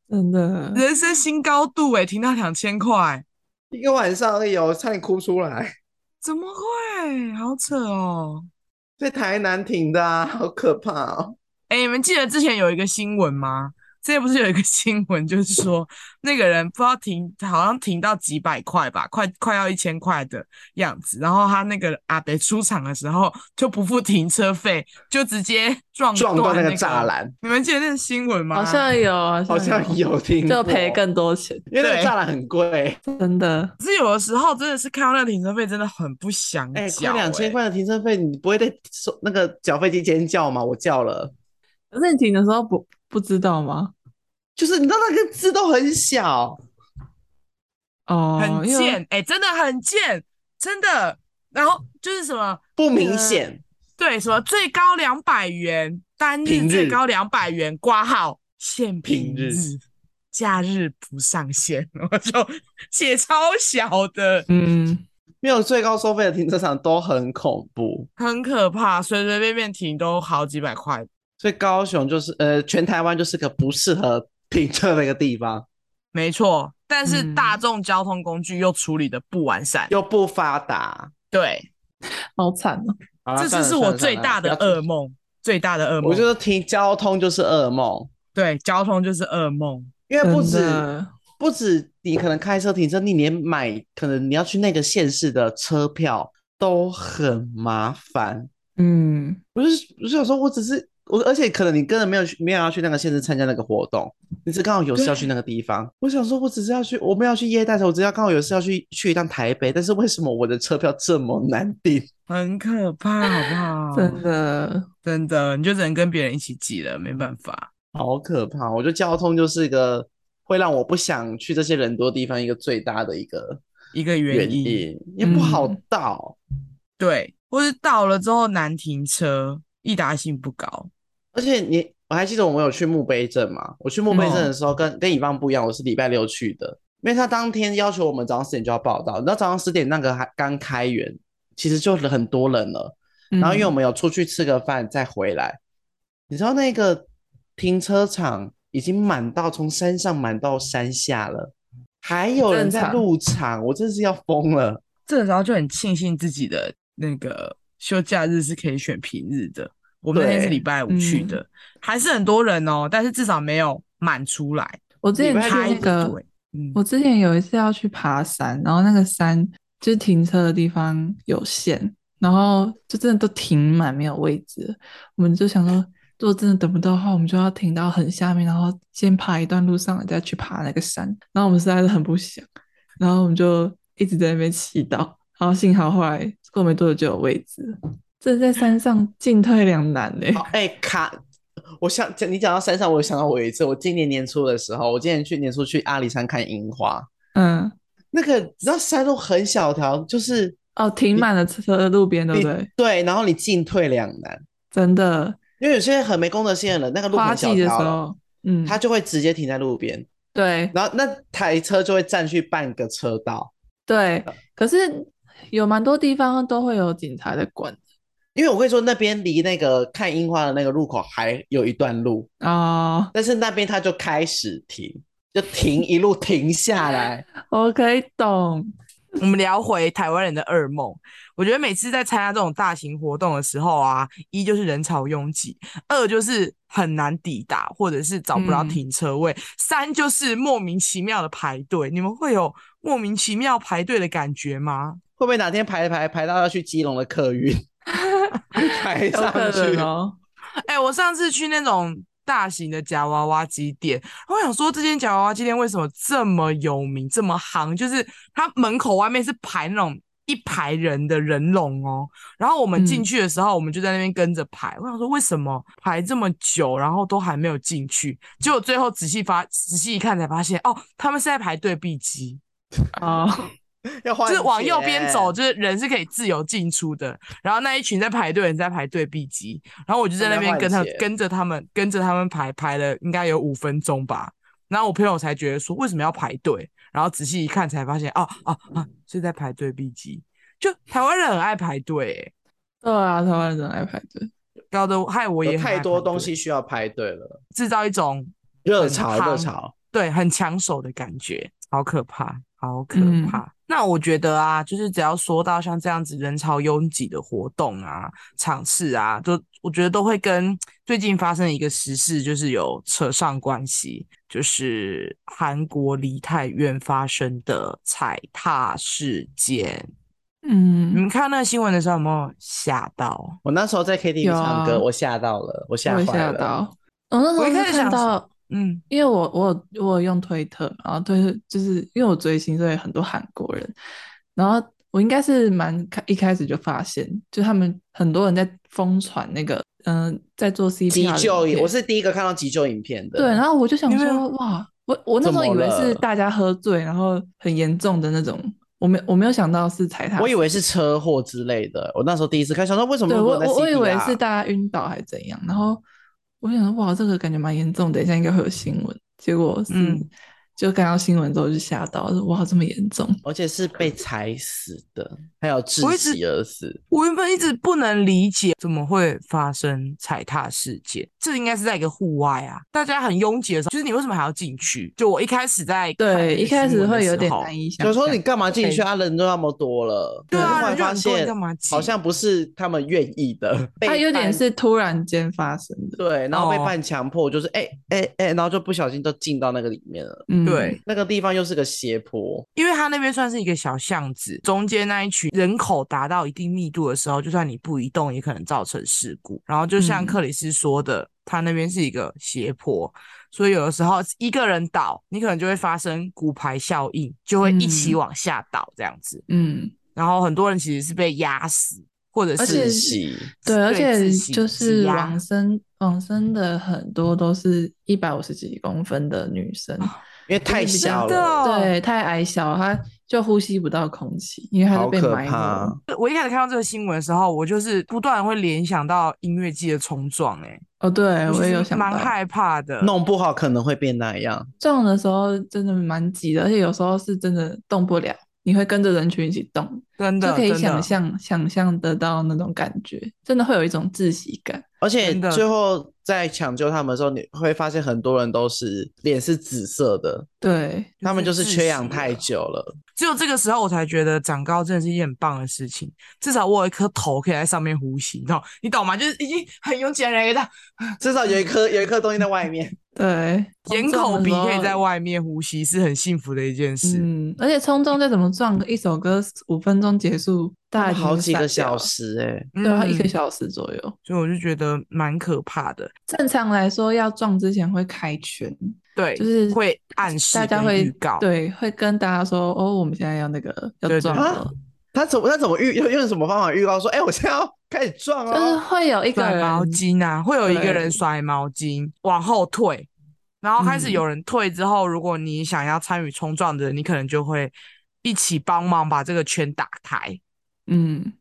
[SPEAKER 2] 真的。
[SPEAKER 1] 人生新高度哎、停到两千块，
[SPEAKER 3] 一个晚上而已哦，我差点哭出来。
[SPEAKER 1] 怎么会？好扯哦！
[SPEAKER 3] 在台南停的啊，好可怕哦！
[SPEAKER 1] 哎、你们记得之前有一个新闻吗？之前不是有一个 新闻，就是说那个人不知道停，好像停到几百块吧，快快要一千块的样子。然后他那个阿北出场的时候就不付停车费，就直接撞
[SPEAKER 3] 撞
[SPEAKER 1] 嗯断
[SPEAKER 3] 到那
[SPEAKER 1] 那
[SPEAKER 3] 个栅。栏，
[SPEAKER 1] 你们记得那个新闻吗？
[SPEAKER 2] 好像有，好
[SPEAKER 3] 好像，有听过，
[SPEAKER 2] 就啊赔更多钱，
[SPEAKER 3] 因为那个
[SPEAKER 1] 对
[SPEAKER 3] 栅栏很贵，
[SPEAKER 2] 真的。
[SPEAKER 1] 可是有的时候真的是看到那个停车费真的很不欸想
[SPEAKER 3] 哎、
[SPEAKER 1] 缴、
[SPEAKER 3] 快两千块的停车费，你不会在收那个缴费机尖叫吗？我叫了，
[SPEAKER 2] 可是你停的时候不不知道吗？
[SPEAKER 3] 就是你知道那个字都很小，
[SPEAKER 2] 哦，
[SPEAKER 1] 很
[SPEAKER 2] 因为
[SPEAKER 1] 贱，哎、真的很贱，真的。然后就是什么，
[SPEAKER 3] 不明显，
[SPEAKER 1] 对，什么最高两百元，单
[SPEAKER 3] 平
[SPEAKER 1] 日最
[SPEAKER 3] 日
[SPEAKER 1] 高两百元，挂号限
[SPEAKER 3] 平
[SPEAKER 1] 平
[SPEAKER 3] 日
[SPEAKER 1] 日，假日不上线， 我就写超小的，
[SPEAKER 2] 嗯，
[SPEAKER 3] 没有最高收费的停车场都很恐怖。
[SPEAKER 1] 很可怕，随随便便停都好几百块。
[SPEAKER 3] 所以高雄就是呃，全台湾就是个不适合停车的一个地方。
[SPEAKER 1] 没错。但是
[SPEAKER 2] 嗯
[SPEAKER 1] 大众交通工具又处理的不完善，
[SPEAKER 3] 又不发达。
[SPEAKER 1] 对，
[SPEAKER 2] 好惨哦。
[SPEAKER 3] 好啦
[SPEAKER 1] 这
[SPEAKER 3] 啊算
[SPEAKER 1] 次
[SPEAKER 3] 了
[SPEAKER 1] 是
[SPEAKER 3] 算
[SPEAKER 1] 我
[SPEAKER 3] 了
[SPEAKER 1] 最
[SPEAKER 3] 算了
[SPEAKER 1] 大的
[SPEAKER 3] 不要
[SPEAKER 1] 噩梦，最大的噩
[SPEAKER 3] 我就
[SPEAKER 1] 梦。
[SPEAKER 3] 是听交通就是噩梦，
[SPEAKER 1] 对，交通就是噩梦。
[SPEAKER 3] 因为不
[SPEAKER 2] 真
[SPEAKER 3] 止
[SPEAKER 2] 的
[SPEAKER 3] 不止你可能开车停车，你连买可能你要去那个县市的车票都很麻烦。
[SPEAKER 2] 嗯，
[SPEAKER 3] 不是不是想说，我只是我，而且可能你根本没有去，没有要去那个县市参加那个活动，你只刚好有事要去那个地方。我想说，我只是要去，我没有要去耶诞城，我只要刚好有事要去去一趟台北，但是为什么我的车票这么难订？
[SPEAKER 1] 很可怕，
[SPEAKER 3] 哦
[SPEAKER 1] 好 不好？
[SPEAKER 2] 真的，
[SPEAKER 1] 真的，你就只能跟别人一起挤了，没办法。
[SPEAKER 3] 好可怕！我觉得交通就是一个会让我不想去这些人多地方一个最大的一个
[SPEAKER 1] 一个
[SPEAKER 3] 原
[SPEAKER 1] 原因，
[SPEAKER 3] 因，也不好
[SPEAKER 2] 嗯
[SPEAKER 3] 到，
[SPEAKER 1] 对，或是到了之后难停车，易达性不高。
[SPEAKER 3] 而且你。我还记得我们有去墓碑镇嘛？我去墓碑镇
[SPEAKER 2] 嗯
[SPEAKER 3] 的时候跟、跟以往不一样，我是礼拜六去的，因为他当天要求我们早上十点就要报到，你知道早上十点那个还刚开园，其实就很多人了。
[SPEAKER 2] 嗯
[SPEAKER 3] 然后因为我们有出去吃个饭再回来，你知道那个停车场已经满到从山上满到山下了，还有人在
[SPEAKER 2] 正常
[SPEAKER 3] 入场，我真是要疯了。
[SPEAKER 1] 这个时候就很庆幸自己的那个休假日是可以选平日的。我们那天是
[SPEAKER 3] 对嗯
[SPEAKER 1] 礼拜五去的，还是很多人哦，但是至少没有满出来。
[SPEAKER 2] 我之前
[SPEAKER 3] 礼拜
[SPEAKER 2] 去
[SPEAKER 3] 六
[SPEAKER 2] 那个
[SPEAKER 1] 对，嗯，
[SPEAKER 2] 我之前有一次要去爬山，然后那个山就是停车的地方有限，然后就真的都停满，没有位置。我们就想说，如果真的等不到的话，我们就要停到很下面，然后先爬一段路上来，再去爬那个山。然后我们实在是很不想，然后我们就一直在那边祈祷。然后幸好后来过没多久就有位置了，这在山上进退两难欸嘞、
[SPEAKER 3] 哦哎、卡，我想讲你讲到山上，我有想到我有一次，我今年年初的时候，我今年去年初去阿里山看樱花，
[SPEAKER 2] 嗯，
[SPEAKER 3] 那个你知道山路很小条，就是
[SPEAKER 2] 哦，停满了车路边，对不对？
[SPEAKER 3] 对，然后你进退两难，
[SPEAKER 2] 真的，
[SPEAKER 3] 因为有些很没公德心的人，那个路
[SPEAKER 2] 花
[SPEAKER 3] 很小
[SPEAKER 2] 季的时
[SPEAKER 3] 条了，
[SPEAKER 2] 候，嗯，
[SPEAKER 3] 他就会直接停在路边。
[SPEAKER 2] 对，
[SPEAKER 3] 然后那台车就会占去半个车道，
[SPEAKER 2] 对，可是有蛮多地方都会有警察在管
[SPEAKER 3] 因为我会说那边离那个看樱花的那个路口还有一段路，
[SPEAKER 2] 哦，
[SPEAKER 3] 但是那边他就开始停，就停一路停下来，
[SPEAKER 2] 我可以懂，
[SPEAKER 1] 我们聊回台湾人的噩梦。我觉得每次在参加这种大型活动的时候啊，一就是人潮拥挤，二就是很难抵达，或者是找不到
[SPEAKER 2] 嗯
[SPEAKER 1] 停车位，三就是莫名其妙的排队。你们会有莫名其妙排队的感觉吗？
[SPEAKER 3] 会不会哪天排排排到要去基隆的客 运排
[SPEAKER 2] 有
[SPEAKER 3] 上
[SPEAKER 2] 可
[SPEAKER 3] 去？
[SPEAKER 2] 能哦，
[SPEAKER 1] 哎、我上次去那种大型的夹娃娃机店，我想说这间夹娃娃机店为什么这么有名，这么夯？就是它门口外面是排那种一排人的人龙哦。然后我们进
[SPEAKER 2] 嗯
[SPEAKER 1] 去的时候，我们就在那边跟着排。我想说为什么排这么久，然后都还没有进去？结果最后仔细发仔细一看才发现，哦，他们是在排对币机。
[SPEAKER 2] 哦，
[SPEAKER 3] 要换
[SPEAKER 1] 就是往右边走，
[SPEAKER 3] 钱，
[SPEAKER 1] 就是人是可以自由进出的。然后那一群在排队的人在排队 B 机，然后我就在那边跟他
[SPEAKER 3] 他们在换鞋
[SPEAKER 1] 跟着他们跟着他们排排了应该有五分钟吧。然后我朋友才觉得说为什么要排队，然后仔细一看才发现哦哦啊是在排队 B 机。就台湾人很爱排队、欸，
[SPEAKER 2] 对啊，台湾人来排队，
[SPEAKER 1] 搞得害我也
[SPEAKER 3] 有
[SPEAKER 1] 很爱
[SPEAKER 3] 太多
[SPEAKER 1] 排队
[SPEAKER 3] 东西需要排队了，
[SPEAKER 1] 制造一种
[SPEAKER 3] 热
[SPEAKER 1] 很
[SPEAKER 3] 潮
[SPEAKER 1] 夯
[SPEAKER 3] 热潮。
[SPEAKER 1] 对，很抢手的感觉，好可怕，好可
[SPEAKER 2] 嗯
[SPEAKER 1] 怕。那我觉得啊，就是只要说到像这样子人潮拥挤的活动啊、场次啊，都我觉得都会跟最近发生的一个时事就是有扯上关系，就是韩国梨泰院发生的踩踏事件。你
[SPEAKER 2] 嗯，
[SPEAKER 1] 们看到那个新闻的时候有没有吓到？
[SPEAKER 3] 我那时候在 KTV
[SPEAKER 2] 有啊
[SPEAKER 3] 唱歌，我吓到了，我吓
[SPEAKER 2] 我也
[SPEAKER 3] 坏
[SPEAKER 2] 吓
[SPEAKER 3] 了。
[SPEAKER 2] 到，我那时
[SPEAKER 1] 我
[SPEAKER 2] 候
[SPEAKER 1] 一开
[SPEAKER 2] 是
[SPEAKER 1] 始
[SPEAKER 2] 看
[SPEAKER 1] 想
[SPEAKER 2] 到，
[SPEAKER 1] 嗯，
[SPEAKER 2] 因为我我有我有用推特，然后推特就是因为我追星，所以很多韩国人，然后我应该是蛮开一开始就发现，就他们很多人在疯传那个，嗯、在做
[SPEAKER 3] 急
[SPEAKER 2] CPR 的
[SPEAKER 3] 救
[SPEAKER 2] 影
[SPEAKER 3] 影，
[SPEAKER 2] 片
[SPEAKER 3] 我是第一个看到急救影片的。
[SPEAKER 2] 对，然后我就想
[SPEAKER 1] 因为
[SPEAKER 2] 说，哇，我我那时候
[SPEAKER 3] 怎
[SPEAKER 2] 以
[SPEAKER 3] 么
[SPEAKER 2] 为是
[SPEAKER 3] 了
[SPEAKER 2] 大家喝醉，然后很严重的那种，我没我没有想到是踩踏。
[SPEAKER 3] 我以为是车祸之类的，我那时候第一次看，想说为什么
[SPEAKER 2] 对
[SPEAKER 3] 那么
[SPEAKER 2] 我
[SPEAKER 3] 多人在
[SPEAKER 2] 我我以为
[SPEAKER 3] CPR
[SPEAKER 2] 是大家晕倒还是怎样，然后我想说，哇，这个感觉蛮严重的，等一下应该会有新闻。结果是
[SPEAKER 1] 嗯
[SPEAKER 2] 就看到新闻之后就吓到，说哇这么严重，
[SPEAKER 3] 而且是被踩死的，还有
[SPEAKER 1] 我
[SPEAKER 3] 窒
[SPEAKER 1] 一直
[SPEAKER 3] 息而死。
[SPEAKER 1] 我原本一直不能理解怎么会发生踩踏事件，这应该是在一个户外啊，大家很拥挤的时候，就是你为什么还要进去？就我一开始在看那
[SPEAKER 2] 对，
[SPEAKER 1] 个
[SPEAKER 2] 一开
[SPEAKER 1] 新
[SPEAKER 2] 始
[SPEAKER 1] 闻的
[SPEAKER 2] 会有
[SPEAKER 1] 时
[SPEAKER 2] 点
[SPEAKER 1] 候
[SPEAKER 2] 难以想
[SPEAKER 3] 有
[SPEAKER 2] 象。
[SPEAKER 3] 时候你干嘛进去
[SPEAKER 2] 对
[SPEAKER 3] 啊？人都那么多了，
[SPEAKER 1] 对啊
[SPEAKER 3] 可
[SPEAKER 1] 人
[SPEAKER 3] 是
[SPEAKER 1] 就
[SPEAKER 3] 后来发
[SPEAKER 1] 很多你
[SPEAKER 3] 现
[SPEAKER 1] 干嘛挤
[SPEAKER 3] 好像不是他们愿意的，
[SPEAKER 2] 它有
[SPEAKER 3] 被
[SPEAKER 2] 点
[SPEAKER 3] 搬
[SPEAKER 2] 是突然间发生的，
[SPEAKER 3] 对，然后被
[SPEAKER 1] 哦
[SPEAKER 3] 半强迫，就是哎哎哎，然后就不小心就进到那个里面了。
[SPEAKER 2] 嗯，
[SPEAKER 1] 对，
[SPEAKER 3] 那个地方又是个斜坡，
[SPEAKER 1] 因为它那边算是一个小巷子，中间那一群人口达到一定密度的时候，就算你不移动，也可能造成事故。然后就像
[SPEAKER 2] 嗯
[SPEAKER 1] 克里斯说的，它那边是一个斜坡，所以有的时候一个人倒，你可能就会发生骨牌效应，就会一起
[SPEAKER 2] 嗯
[SPEAKER 1] 往下倒这样子。
[SPEAKER 2] 嗯，
[SPEAKER 1] 然后很多人其实是被压死，或者
[SPEAKER 2] 而且
[SPEAKER 3] 窒
[SPEAKER 1] 是
[SPEAKER 3] 息。
[SPEAKER 2] 对，而且
[SPEAKER 1] 对自己
[SPEAKER 2] 就
[SPEAKER 1] 挤
[SPEAKER 2] 是
[SPEAKER 1] 压
[SPEAKER 2] 往生往生的很多都是一百五十几公分的女生，
[SPEAKER 3] 因为太
[SPEAKER 2] 比较
[SPEAKER 3] 小
[SPEAKER 1] 真的
[SPEAKER 3] 了，
[SPEAKER 1] 哦
[SPEAKER 2] 对，太矮小，她就呼吸不到空气，因为她
[SPEAKER 3] 好
[SPEAKER 2] 就被
[SPEAKER 3] 可
[SPEAKER 2] 埋没
[SPEAKER 3] 怕
[SPEAKER 2] 了。
[SPEAKER 1] 我一开始看到这个新闻的时候，我就是不断地会联想到音乐季的冲撞、欸，
[SPEAKER 2] 哦，对，
[SPEAKER 1] 就
[SPEAKER 2] 我也有
[SPEAKER 1] 是
[SPEAKER 2] 想
[SPEAKER 1] 蛮
[SPEAKER 2] 到，
[SPEAKER 1] 害怕的。
[SPEAKER 3] 弄不好可能会变那样。
[SPEAKER 2] 撞的时候真的蛮急的，而且有时候是真的动不了，你会跟着人群一起动，
[SPEAKER 1] 真
[SPEAKER 2] 就
[SPEAKER 1] 的
[SPEAKER 2] 可以
[SPEAKER 1] 真的
[SPEAKER 2] 想象想象得到那种感觉，真的会有一种窒息感。
[SPEAKER 3] 而且
[SPEAKER 1] 真的
[SPEAKER 3] 最后在抢救他们的时候，你会发现很多人都是脸是紫色的，
[SPEAKER 2] 对，
[SPEAKER 3] 他们就是
[SPEAKER 1] 窒
[SPEAKER 3] 缺氧
[SPEAKER 1] 息
[SPEAKER 3] 太
[SPEAKER 1] 了
[SPEAKER 3] 久了。
[SPEAKER 1] 只有这个时候，我才觉得长高真的是一件很棒的事情。至少我有一颗头可以在上面呼吸，你懂你懂吗？就是已经很拥挤的人，但
[SPEAKER 2] 哦
[SPEAKER 3] 至少有一颗有一颗东西在外 面。
[SPEAKER 2] 对，
[SPEAKER 1] 眼
[SPEAKER 2] 冲撞
[SPEAKER 1] 口
[SPEAKER 2] 的
[SPEAKER 1] 鼻
[SPEAKER 2] 时
[SPEAKER 1] 可以
[SPEAKER 2] 候
[SPEAKER 1] 在外面呼吸，是很幸福的一件事。
[SPEAKER 2] 嗯，而且冲撞再怎么撞，一首歌五分钟结束，大家已经
[SPEAKER 3] 好几
[SPEAKER 2] 散掉
[SPEAKER 3] 个小
[SPEAKER 2] 了，
[SPEAKER 3] 时哎、
[SPEAKER 2] 对啊，一个
[SPEAKER 1] 嗯
[SPEAKER 2] 小时左右。
[SPEAKER 1] 所以我就觉得蛮可怕的。
[SPEAKER 2] 正常来说，要撞之前会开圈，
[SPEAKER 1] 对，
[SPEAKER 2] 就是
[SPEAKER 1] 会暗示
[SPEAKER 2] 大家
[SPEAKER 1] 跟
[SPEAKER 2] 会
[SPEAKER 1] 预告
[SPEAKER 2] 对，会跟大家说哦，我们现在要那个要
[SPEAKER 1] 对对啊
[SPEAKER 2] 撞
[SPEAKER 1] 对
[SPEAKER 2] 了，
[SPEAKER 3] 他怎么他怎么预用用什么方法预告说，哎、我现在要开始撞哦，
[SPEAKER 2] 就是会有一个
[SPEAKER 1] 甩
[SPEAKER 2] 人
[SPEAKER 1] 毛巾啊，会有一个
[SPEAKER 2] 对
[SPEAKER 1] 人甩毛巾往后退，然后开始
[SPEAKER 2] 嗯
[SPEAKER 1] 有人退之后，如果你想要参与冲撞的人，你可能就会一起帮忙把这个圈打开。
[SPEAKER 2] 嗯，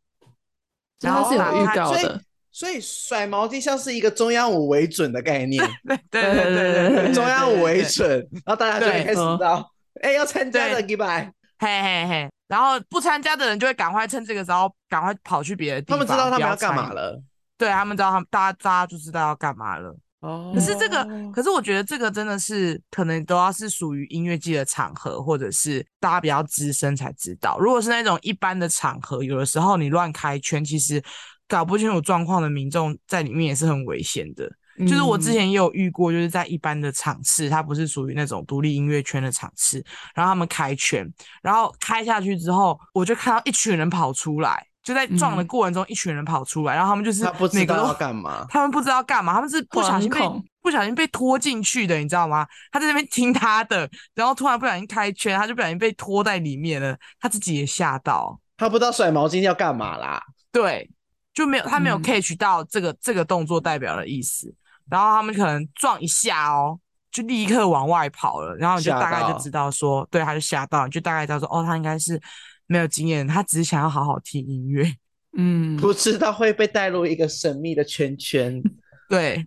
[SPEAKER 2] 就
[SPEAKER 1] 然
[SPEAKER 2] 它
[SPEAKER 1] 后
[SPEAKER 2] 是有
[SPEAKER 1] 打
[SPEAKER 2] 预
[SPEAKER 1] 开
[SPEAKER 2] 告
[SPEAKER 3] 所以
[SPEAKER 2] 的，
[SPEAKER 3] 所以甩毛巾像是一个中央舞为准的概念，
[SPEAKER 1] 对 对对对对
[SPEAKER 2] 对
[SPEAKER 1] 对，
[SPEAKER 3] 中央舞
[SPEAKER 1] 对
[SPEAKER 3] 为
[SPEAKER 1] 对
[SPEAKER 3] 准，然后大家就会
[SPEAKER 1] 对
[SPEAKER 3] 开始
[SPEAKER 2] 嗯
[SPEAKER 3] 到，哎、要参加的
[SPEAKER 1] 对
[SPEAKER 3] 给拜，
[SPEAKER 1] 嘿嘿嘿。然后不参加的人就会赶快趁这个时候赶快跑去别的地
[SPEAKER 3] 他
[SPEAKER 1] 方，
[SPEAKER 3] 们知道他
[SPEAKER 1] 不
[SPEAKER 3] 们
[SPEAKER 1] 要
[SPEAKER 3] 要干
[SPEAKER 1] 参
[SPEAKER 3] 嘛
[SPEAKER 1] 与。
[SPEAKER 3] 了。
[SPEAKER 1] 对他们知道他们大家大家就知道要干嘛了。
[SPEAKER 3] 哦
[SPEAKER 1] 可是这个，可是我觉得这个真的是可能都要是属于音乐季的场合，或者是大家比较资深才知道。如果是那种一般的场合，有的时候你乱开圈，其实搞不清楚状况的民众在里面也是很危险的。就是我之
[SPEAKER 2] 嗯
[SPEAKER 1] 前也有遇过，就是在一般的场次，它不是属于那种独立音乐圈的场次，然后他们开圈，然后开下去之后，我就看到一群人跑出来，就在撞的
[SPEAKER 2] 嗯
[SPEAKER 1] 过程中，一群人跑出来，然后他们就是
[SPEAKER 3] 他不知
[SPEAKER 1] 每个
[SPEAKER 3] 道
[SPEAKER 1] 都
[SPEAKER 3] 要干嘛，
[SPEAKER 1] 他们不知道干嘛，他们是不小心被
[SPEAKER 2] 惶恐
[SPEAKER 1] 不小心被拖进去的，你知道吗？他在那边听他的，然后突然不小心开圈，他就不小心被拖在里面了，他自己也吓到，
[SPEAKER 3] 他不知道甩毛巾要干嘛啦。
[SPEAKER 1] 对，就没有他没有
[SPEAKER 2] 嗯
[SPEAKER 1] catch 到这个、这个动作代表的意思，然后他们可能撞一下哦。就立刻往外跑了，然后你就
[SPEAKER 3] 吓
[SPEAKER 1] 大概就
[SPEAKER 3] 到
[SPEAKER 1] 知道说，对，他就吓到，你就大概知道说，哦，他应该是没有经验，他只是想要好好听音乐，
[SPEAKER 2] 嗯，
[SPEAKER 3] 不知道会被带入一个神秘的圈圈。
[SPEAKER 1] 对，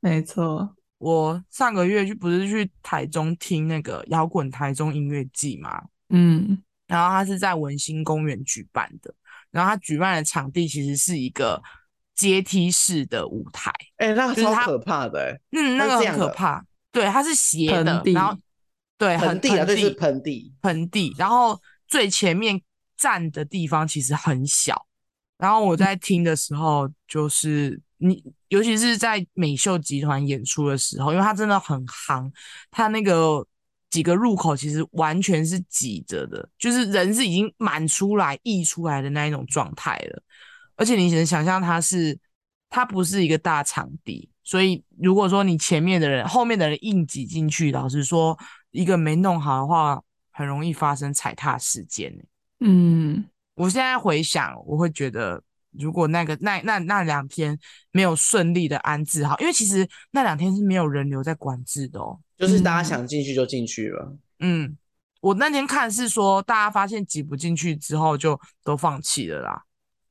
[SPEAKER 2] 没错，
[SPEAKER 1] 我上个月去不是去台中听那个摇滚台中音乐季嘛，
[SPEAKER 2] 嗯
[SPEAKER 1] 然后它是在文心公园举办的，然后它举办的场地其实是一个阶梯式的舞台，
[SPEAKER 3] 哎、那
[SPEAKER 1] 就是
[SPEAKER 3] 超
[SPEAKER 1] 他
[SPEAKER 3] 可怕的、欸，
[SPEAKER 1] 嗯，那
[SPEAKER 3] 它
[SPEAKER 1] 个
[SPEAKER 3] 是这
[SPEAKER 1] 很
[SPEAKER 3] 样
[SPEAKER 1] 可
[SPEAKER 3] 的
[SPEAKER 1] 怕，对，它是斜
[SPEAKER 2] 盆
[SPEAKER 1] 的，
[SPEAKER 2] 地
[SPEAKER 1] 然后对，很
[SPEAKER 3] 盆地啊，
[SPEAKER 1] 盆
[SPEAKER 3] 对，是
[SPEAKER 1] 地
[SPEAKER 3] 盆地，
[SPEAKER 1] 盆地，然后最前面站的地方其实很小。然后我在听的时候，就是你，尤其是在美秀集团演出的时候，因为它真的很夯，它那个几个入口其实完全是挤着的，就是人是已经满出来、溢出来的那一种状态了。而且你只能想象它是，它不是一个大场地，所以如果说你前面的人、后面的人硬挤进去，老实说，一个没弄好的话，很容易发生踩踏事件、欸。
[SPEAKER 2] 嗯，
[SPEAKER 1] 我现在回想，我会觉得，如果那个那那那两天没有顺利的安置好，因为其实那两天是没有人流在管制的哦。
[SPEAKER 3] 就是大家想进去就进去了。
[SPEAKER 1] 嗯，我那天看是说，大家发现挤不进去之后，就都放弃了啦。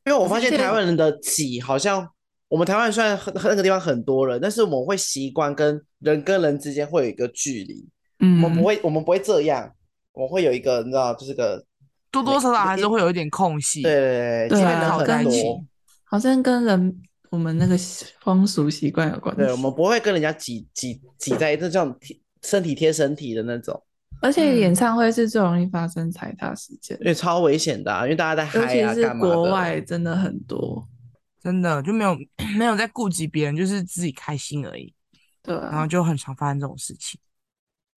[SPEAKER 3] 因为我发现
[SPEAKER 2] 可是现在
[SPEAKER 3] 台湾人的挤好像，我们台湾人虽然很那个地方很多人，但是我们会习惯跟人跟人之间会有一个距离，
[SPEAKER 2] 嗯，
[SPEAKER 3] 我们不会，我们不会这样，我们会有一个，你知道，就是个
[SPEAKER 1] 多多少少还是会有一点空隙。
[SPEAKER 3] 对对对，
[SPEAKER 2] 对
[SPEAKER 3] 尽
[SPEAKER 2] 啊
[SPEAKER 3] 量能
[SPEAKER 1] 靠在
[SPEAKER 3] 很
[SPEAKER 1] 一起
[SPEAKER 3] 多，
[SPEAKER 2] 好像跟人我们那个习风俗习惯有关系。
[SPEAKER 3] 对我们不会跟人家挤挤挤在这种贴身体贴身体的那种，
[SPEAKER 2] 而且
[SPEAKER 1] 嗯
[SPEAKER 2] 演唱会是最容易发生踩踏事件，
[SPEAKER 3] 因为超危险的啊、因为大家在
[SPEAKER 2] 尤
[SPEAKER 3] 嗨
[SPEAKER 2] 其
[SPEAKER 3] 啊，
[SPEAKER 2] 是
[SPEAKER 3] 干嘛的？
[SPEAKER 2] 国外真的很多。
[SPEAKER 1] 真的就没有 没有在顾及别人，就是自己开心而已，
[SPEAKER 2] 对
[SPEAKER 3] 嗯
[SPEAKER 2] 啊，
[SPEAKER 1] 然后就很常发生这种事情。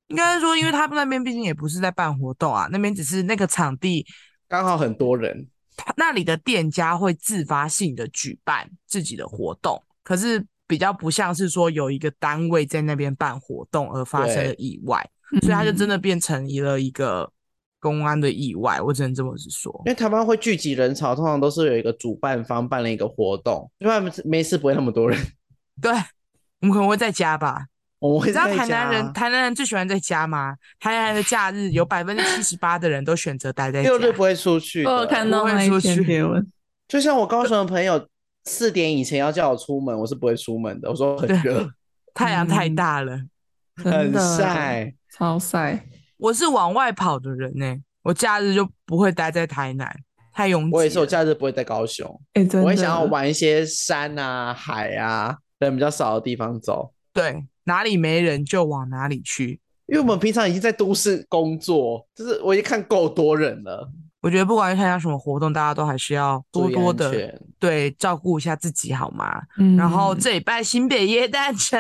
[SPEAKER 1] 应该是说，因为他们那边毕竟也不是在办活动啊，那边只是那个场地，
[SPEAKER 3] 刚好很多人，
[SPEAKER 1] 他那里的店家会自发性的举办自己的活动，可是比较不像是说有一个单位在那边办活动而发生的
[SPEAKER 3] 对
[SPEAKER 1] 意外，所以他就真
[SPEAKER 2] 的
[SPEAKER 1] 的变成了一个公安的意外，我只能这么是说。
[SPEAKER 3] 因为台湾会聚集人潮，通常都是有一个主办方办了一个活动，因为没事不会那么多人，
[SPEAKER 1] 对，我们可能会在家吧，
[SPEAKER 3] 我们会
[SPEAKER 1] 你知道
[SPEAKER 3] 在
[SPEAKER 1] 台
[SPEAKER 3] 家
[SPEAKER 1] 南人台南人最喜欢在家吗？台南人的假日有百分之七十八的人都选择待在家。
[SPEAKER 3] 六日不会出去
[SPEAKER 2] 我
[SPEAKER 3] 的，
[SPEAKER 2] 有哦看到
[SPEAKER 1] 不会
[SPEAKER 2] 那
[SPEAKER 1] 出
[SPEAKER 2] 一篇
[SPEAKER 1] 去
[SPEAKER 2] 贴 文，
[SPEAKER 3] 就像我高雄的朋友，四点以前要叫我出门，我是不会出门的。我说很
[SPEAKER 1] 对
[SPEAKER 3] 热，
[SPEAKER 1] 太阳太
[SPEAKER 2] 嗯
[SPEAKER 1] 大了，
[SPEAKER 2] 真
[SPEAKER 3] 很
[SPEAKER 2] 的，
[SPEAKER 3] 晒，
[SPEAKER 2] 超晒。
[SPEAKER 1] 我是往外跑的人呢、我假日就不会待在台南，太拥挤了。
[SPEAKER 3] 我也是，我假日不会在高雄，
[SPEAKER 2] 哎、真的，
[SPEAKER 3] 我会想要往一些山啊、海啊人比较少的地方走，
[SPEAKER 1] 对哪里没人就往哪里去。
[SPEAKER 3] 因为我们平常已经在都市工作，就是我已经看够多人了，
[SPEAKER 1] 我觉得不管是参加什么活动，大家都还是要多
[SPEAKER 3] 注意
[SPEAKER 1] 多
[SPEAKER 3] 安
[SPEAKER 1] 的
[SPEAKER 3] 全
[SPEAKER 1] 对照顾一下自己，好吗？
[SPEAKER 2] 嗯，
[SPEAKER 1] 然后这礼拜新北耶诞城，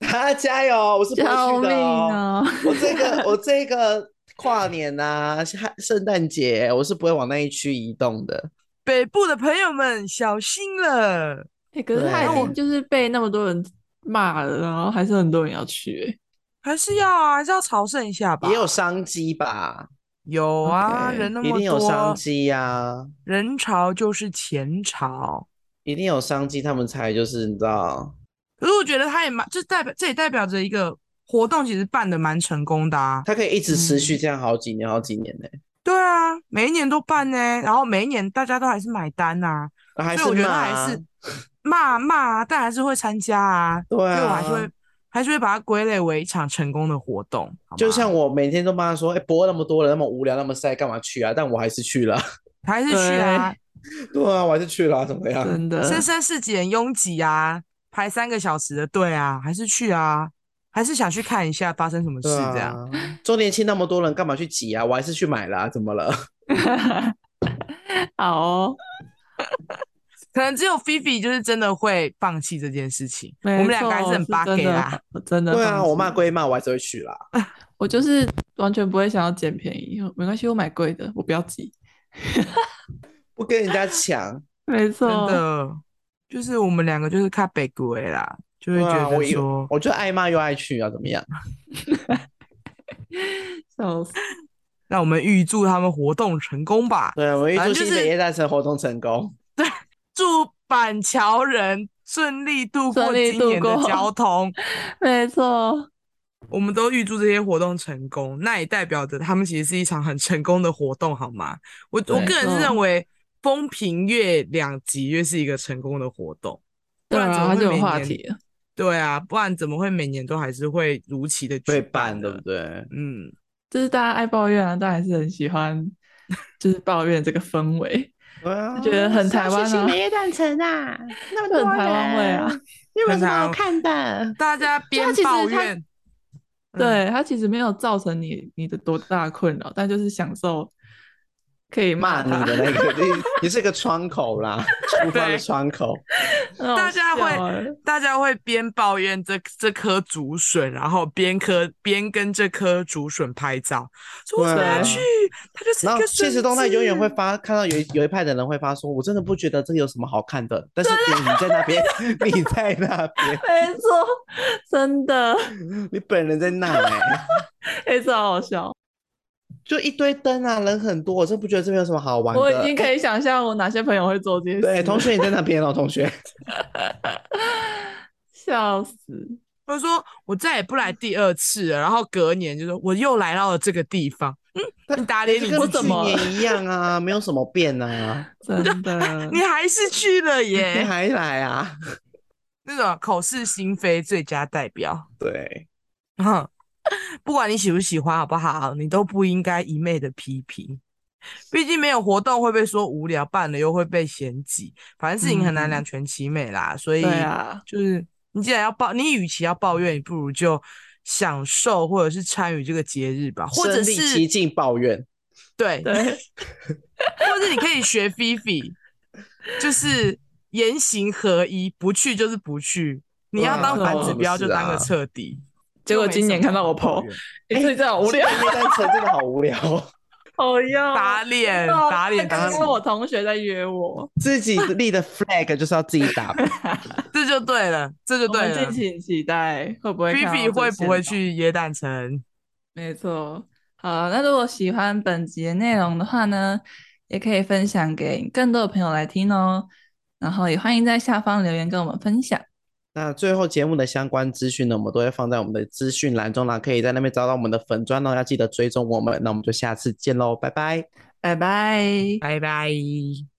[SPEAKER 3] 啊，加油！我是不会
[SPEAKER 2] 救
[SPEAKER 3] 去
[SPEAKER 2] 命
[SPEAKER 3] 的哦。
[SPEAKER 2] 啊！
[SPEAKER 3] 我这个我这个跨年啊，圣圣诞节，我是不会往那一区移动的。
[SPEAKER 1] 北部的朋友们小心了。
[SPEAKER 2] 哎、可是他
[SPEAKER 3] 对
[SPEAKER 2] 已经就是被那么多人骂了，然后还是很多人要去、哎
[SPEAKER 1] 还是要啊，还是要朝圣一下吧。
[SPEAKER 3] 也有商机吧，
[SPEAKER 1] 有啊
[SPEAKER 2] OK，
[SPEAKER 1] 人那
[SPEAKER 3] 一
[SPEAKER 1] 么
[SPEAKER 3] 定有商
[SPEAKER 1] 多，
[SPEAKER 3] 机呀、啊，
[SPEAKER 1] 人潮就是钱潮。
[SPEAKER 3] 一定有商机，他们才就是你知道，
[SPEAKER 1] 可是我觉得它也蛮，就代表这也代表着一个活动其实办的蛮成功的啊。
[SPEAKER 3] 它可以一直持续这样好几年、好几年呢、
[SPEAKER 1] 对啊，每一年都办呢，然后每一年大家都还是买单啊，
[SPEAKER 3] 啊还
[SPEAKER 1] 所
[SPEAKER 3] 是
[SPEAKER 1] 以我觉得
[SPEAKER 3] 骂
[SPEAKER 1] 还
[SPEAKER 3] 啊
[SPEAKER 1] 是骂啊骂啊，但还是会参加啊，
[SPEAKER 3] 对
[SPEAKER 1] 所以
[SPEAKER 3] 啊，
[SPEAKER 1] 我还是会还是会把它归类为一场成功的活动，好吗
[SPEAKER 3] 就像我每天都骂说，哎、播那么多人，那么无聊，那么晒，干嘛去啊？但我还是去了，
[SPEAKER 1] 还是去啊，
[SPEAKER 3] 对啊，我还是去了啊、怎么样？
[SPEAKER 2] 真的，
[SPEAKER 1] 生生世纪很拥挤啊，排三个小时的队啊，还是去啊，还是想去看一下发生什么事
[SPEAKER 3] 对啊
[SPEAKER 1] 这样。
[SPEAKER 3] 周年庆那么多人，干嘛去挤啊？我还是去买啦、怎 么了？
[SPEAKER 2] 好哦，
[SPEAKER 1] 可能只有菲菲就是真的会放弃这件事情，我
[SPEAKER 2] 没
[SPEAKER 1] 们两个
[SPEAKER 2] 错
[SPEAKER 1] 还是很
[SPEAKER 2] 是
[SPEAKER 1] 八 K
[SPEAKER 2] 真的
[SPEAKER 1] 啦。，
[SPEAKER 2] 我真的
[SPEAKER 3] 对啊，
[SPEAKER 2] 放
[SPEAKER 3] 我
[SPEAKER 2] 弃
[SPEAKER 3] 骂归骂，我还是会去啦。
[SPEAKER 2] 我就是完全不会想要捡便宜，没关系，我买贵的，我不要急。
[SPEAKER 3] 不跟人家抢，
[SPEAKER 2] 没
[SPEAKER 1] 真
[SPEAKER 2] 错，
[SPEAKER 1] 的，
[SPEAKER 3] 嗯
[SPEAKER 1] 就是我们两个就是看北国啦，就会
[SPEAKER 3] 对啊，
[SPEAKER 1] 觉
[SPEAKER 3] 我
[SPEAKER 1] 得
[SPEAKER 3] 有
[SPEAKER 1] 说，
[SPEAKER 3] 我就爱骂又爱去啊，怎么样？
[SPEAKER 2] 笑死，
[SPEAKER 1] 让我们预祝他们活动成功吧，
[SPEAKER 3] 对，啊我预
[SPEAKER 1] 反
[SPEAKER 3] 祝
[SPEAKER 1] 正就
[SPEAKER 3] 新
[SPEAKER 1] 是
[SPEAKER 3] 北夜诞城活动成功。
[SPEAKER 1] 祝板桥人顺利度过
[SPEAKER 2] 顺利
[SPEAKER 1] 今
[SPEAKER 2] 度
[SPEAKER 1] 年的
[SPEAKER 2] 过
[SPEAKER 1] 交通，
[SPEAKER 2] 没错，
[SPEAKER 1] 我们都预祝这些活动成功，那也代表着他们其实是一场很成功的活动，好吗？我我
[SPEAKER 3] 对
[SPEAKER 1] 个人是
[SPEAKER 2] 嗯
[SPEAKER 1] 认为，风评越两极越是一个成功的活动，不
[SPEAKER 2] 对
[SPEAKER 1] 然怎么
[SPEAKER 2] 啊，它
[SPEAKER 1] 会
[SPEAKER 2] 就有
[SPEAKER 1] 每
[SPEAKER 2] 话
[SPEAKER 1] 年
[SPEAKER 2] 题了。
[SPEAKER 1] 对啊，不然怎么会每年都还是会如期的
[SPEAKER 3] 对
[SPEAKER 1] 举
[SPEAKER 3] 办，对
[SPEAKER 1] 的？
[SPEAKER 3] 不对？
[SPEAKER 1] 嗯，
[SPEAKER 2] 就是大家爱抱怨啊，但还是很喜欢，就是抱怨这个 氛围，
[SPEAKER 3] 对啊
[SPEAKER 2] 就觉
[SPEAKER 1] 哦
[SPEAKER 2] 得很台湾啊，
[SPEAKER 4] 夜诞城啊，那么
[SPEAKER 2] 很台湾味啊。
[SPEAKER 4] 又
[SPEAKER 1] 没有什么好
[SPEAKER 4] 看的？
[SPEAKER 1] 大家边
[SPEAKER 3] 啊
[SPEAKER 4] 其实
[SPEAKER 1] 抱
[SPEAKER 4] 它
[SPEAKER 1] 怨，嗯
[SPEAKER 2] 对，它其实没有造成你你的多大的困扰，但就是享受可以
[SPEAKER 3] 骂
[SPEAKER 2] 骂
[SPEAKER 3] 你
[SPEAKER 2] 他，
[SPEAKER 3] 的那个， 你你是个窗 口啦，出发
[SPEAKER 1] 对
[SPEAKER 3] 的窗口。
[SPEAKER 2] 很好
[SPEAKER 1] 大家会
[SPEAKER 2] 笑 欸
[SPEAKER 1] 大家会边抱怨这这颗竹笋，然后边颗边跟这颗竹笋拍照，说为什么
[SPEAKER 3] 对
[SPEAKER 1] 要
[SPEAKER 3] 啊
[SPEAKER 1] 去？它就是一
[SPEAKER 3] 然后
[SPEAKER 1] 个
[SPEAKER 3] 现实
[SPEAKER 1] 笋
[SPEAKER 3] 动态永远
[SPEAKER 1] 子
[SPEAKER 3] 会发，看到有一有一派的人会发说，我真的不觉得这有什么好看的。但是你
[SPEAKER 2] 啊
[SPEAKER 3] 在那边， 你在那边，
[SPEAKER 2] 没错，真的，
[SPEAKER 3] 你本人在那哎、
[SPEAKER 2] 哎、这好好笑。
[SPEAKER 3] 就一堆灯啊，人很多，我真不觉得这边有什么好玩的。
[SPEAKER 2] 我已经可以想象我哪些朋友会做这些事。
[SPEAKER 3] 对，同，学你在那边哦，同学。
[SPEAKER 2] 笑死，
[SPEAKER 1] 他说我再也不来第二次了，然后隔年就说我又来到了这个地方，嗯，你打脸你
[SPEAKER 3] 跟
[SPEAKER 1] 自
[SPEAKER 2] 怎
[SPEAKER 1] 己
[SPEAKER 3] 去
[SPEAKER 2] 么，
[SPEAKER 3] 年一样啊，没有什么 变啊，
[SPEAKER 2] 真的
[SPEAKER 1] 你。还是去了
[SPEAKER 3] 你
[SPEAKER 2] 哎
[SPEAKER 1] 耶，
[SPEAKER 3] 还来啊？
[SPEAKER 1] 那种口是心非最佳代表。
[SPEAKER 3] 对，
[SPEAKER 1] 嗯， 不管你喜不喜欢，好不好？你都不应该一昧的批评，毕竟没有活动会被说无聊，办了又会被嫌挤，反正事情很难
[SPEAKER 2] 嗯
[SPEAKER 1] 两全其美啦。所以
[SPEAKER 2] 对啊，
[SPEAKER 1] 就是你既然要抱，你与其要抱怨，你不如就享受或者是参与这个节日吧，或者
[SPEAKER 3] 身临其
[SPEAKER 1] 是
[SPEAKER 3] 境抱怨，
[SPEAKER 1] 对，
[SPEAKER 2] 对，
[SPEAKER 1] 或者你可以学菲 菲，就是言行合一，不去就是不去，你要当
[SPEAKER 2] 对啊
[SPEAKER 1] 反指标就当个
[SPEAKER 3] 嗯是啊哦
[SPEAKER 1] 彻底。
[SPEAKER 2] 结果今年看到我 PO，哎，这真的好无聊，
[SPEAKER 3] 那单程真的好无聊哦，
[SPEAKER 2] 好 要
[SPEAKER 1] 打脸
[SPEAKER 2] 哦
[SPEAKER 1] 打脸
[SPEAKER 2] 刚
[SPEAKER 1] 打
[SPEAKER 2] 刚
[SPEAKER 1] 脸
[SPEAKER 2] 我同学在约我，
[SPEAKER 3] 自己立的 flag 就是要自己打。
[SPEAKER 1] 这就对了，这就
[SPEAKER 2] 我
[SPEAKER 1] 对
[SPEAKER 2] 们
[SPEAKER 1] 了
[SPEAKER 2] 敬。请期待会不会看到
[SPEAKER 1] Vivi
[SPEAKER 2] 这
[SPEAKER 1] 会不
[SPEAKER 2] 现
[SPEAKER 1] 会
[SPEAKER 2] 场
[SPEAKER 1] 去椰蛋城？
[SPEAKER 2] 没错，好，那如果喜欢本集的内容的话呢，也可以分享给更多的朋友来听哦。然后也欢迎在下方留言跟我们分享。
[SPEAKER 3] 那最后节目的相关资讯呢，我们都会放在我们的资讯栏中啦，可以在那边找到我们的粉砖哦，要记得追踪我们。那我们就下次见喽，拜拜。
[SPEAKER 2] 拜拜。
[SPEAKER 1] 拜拜。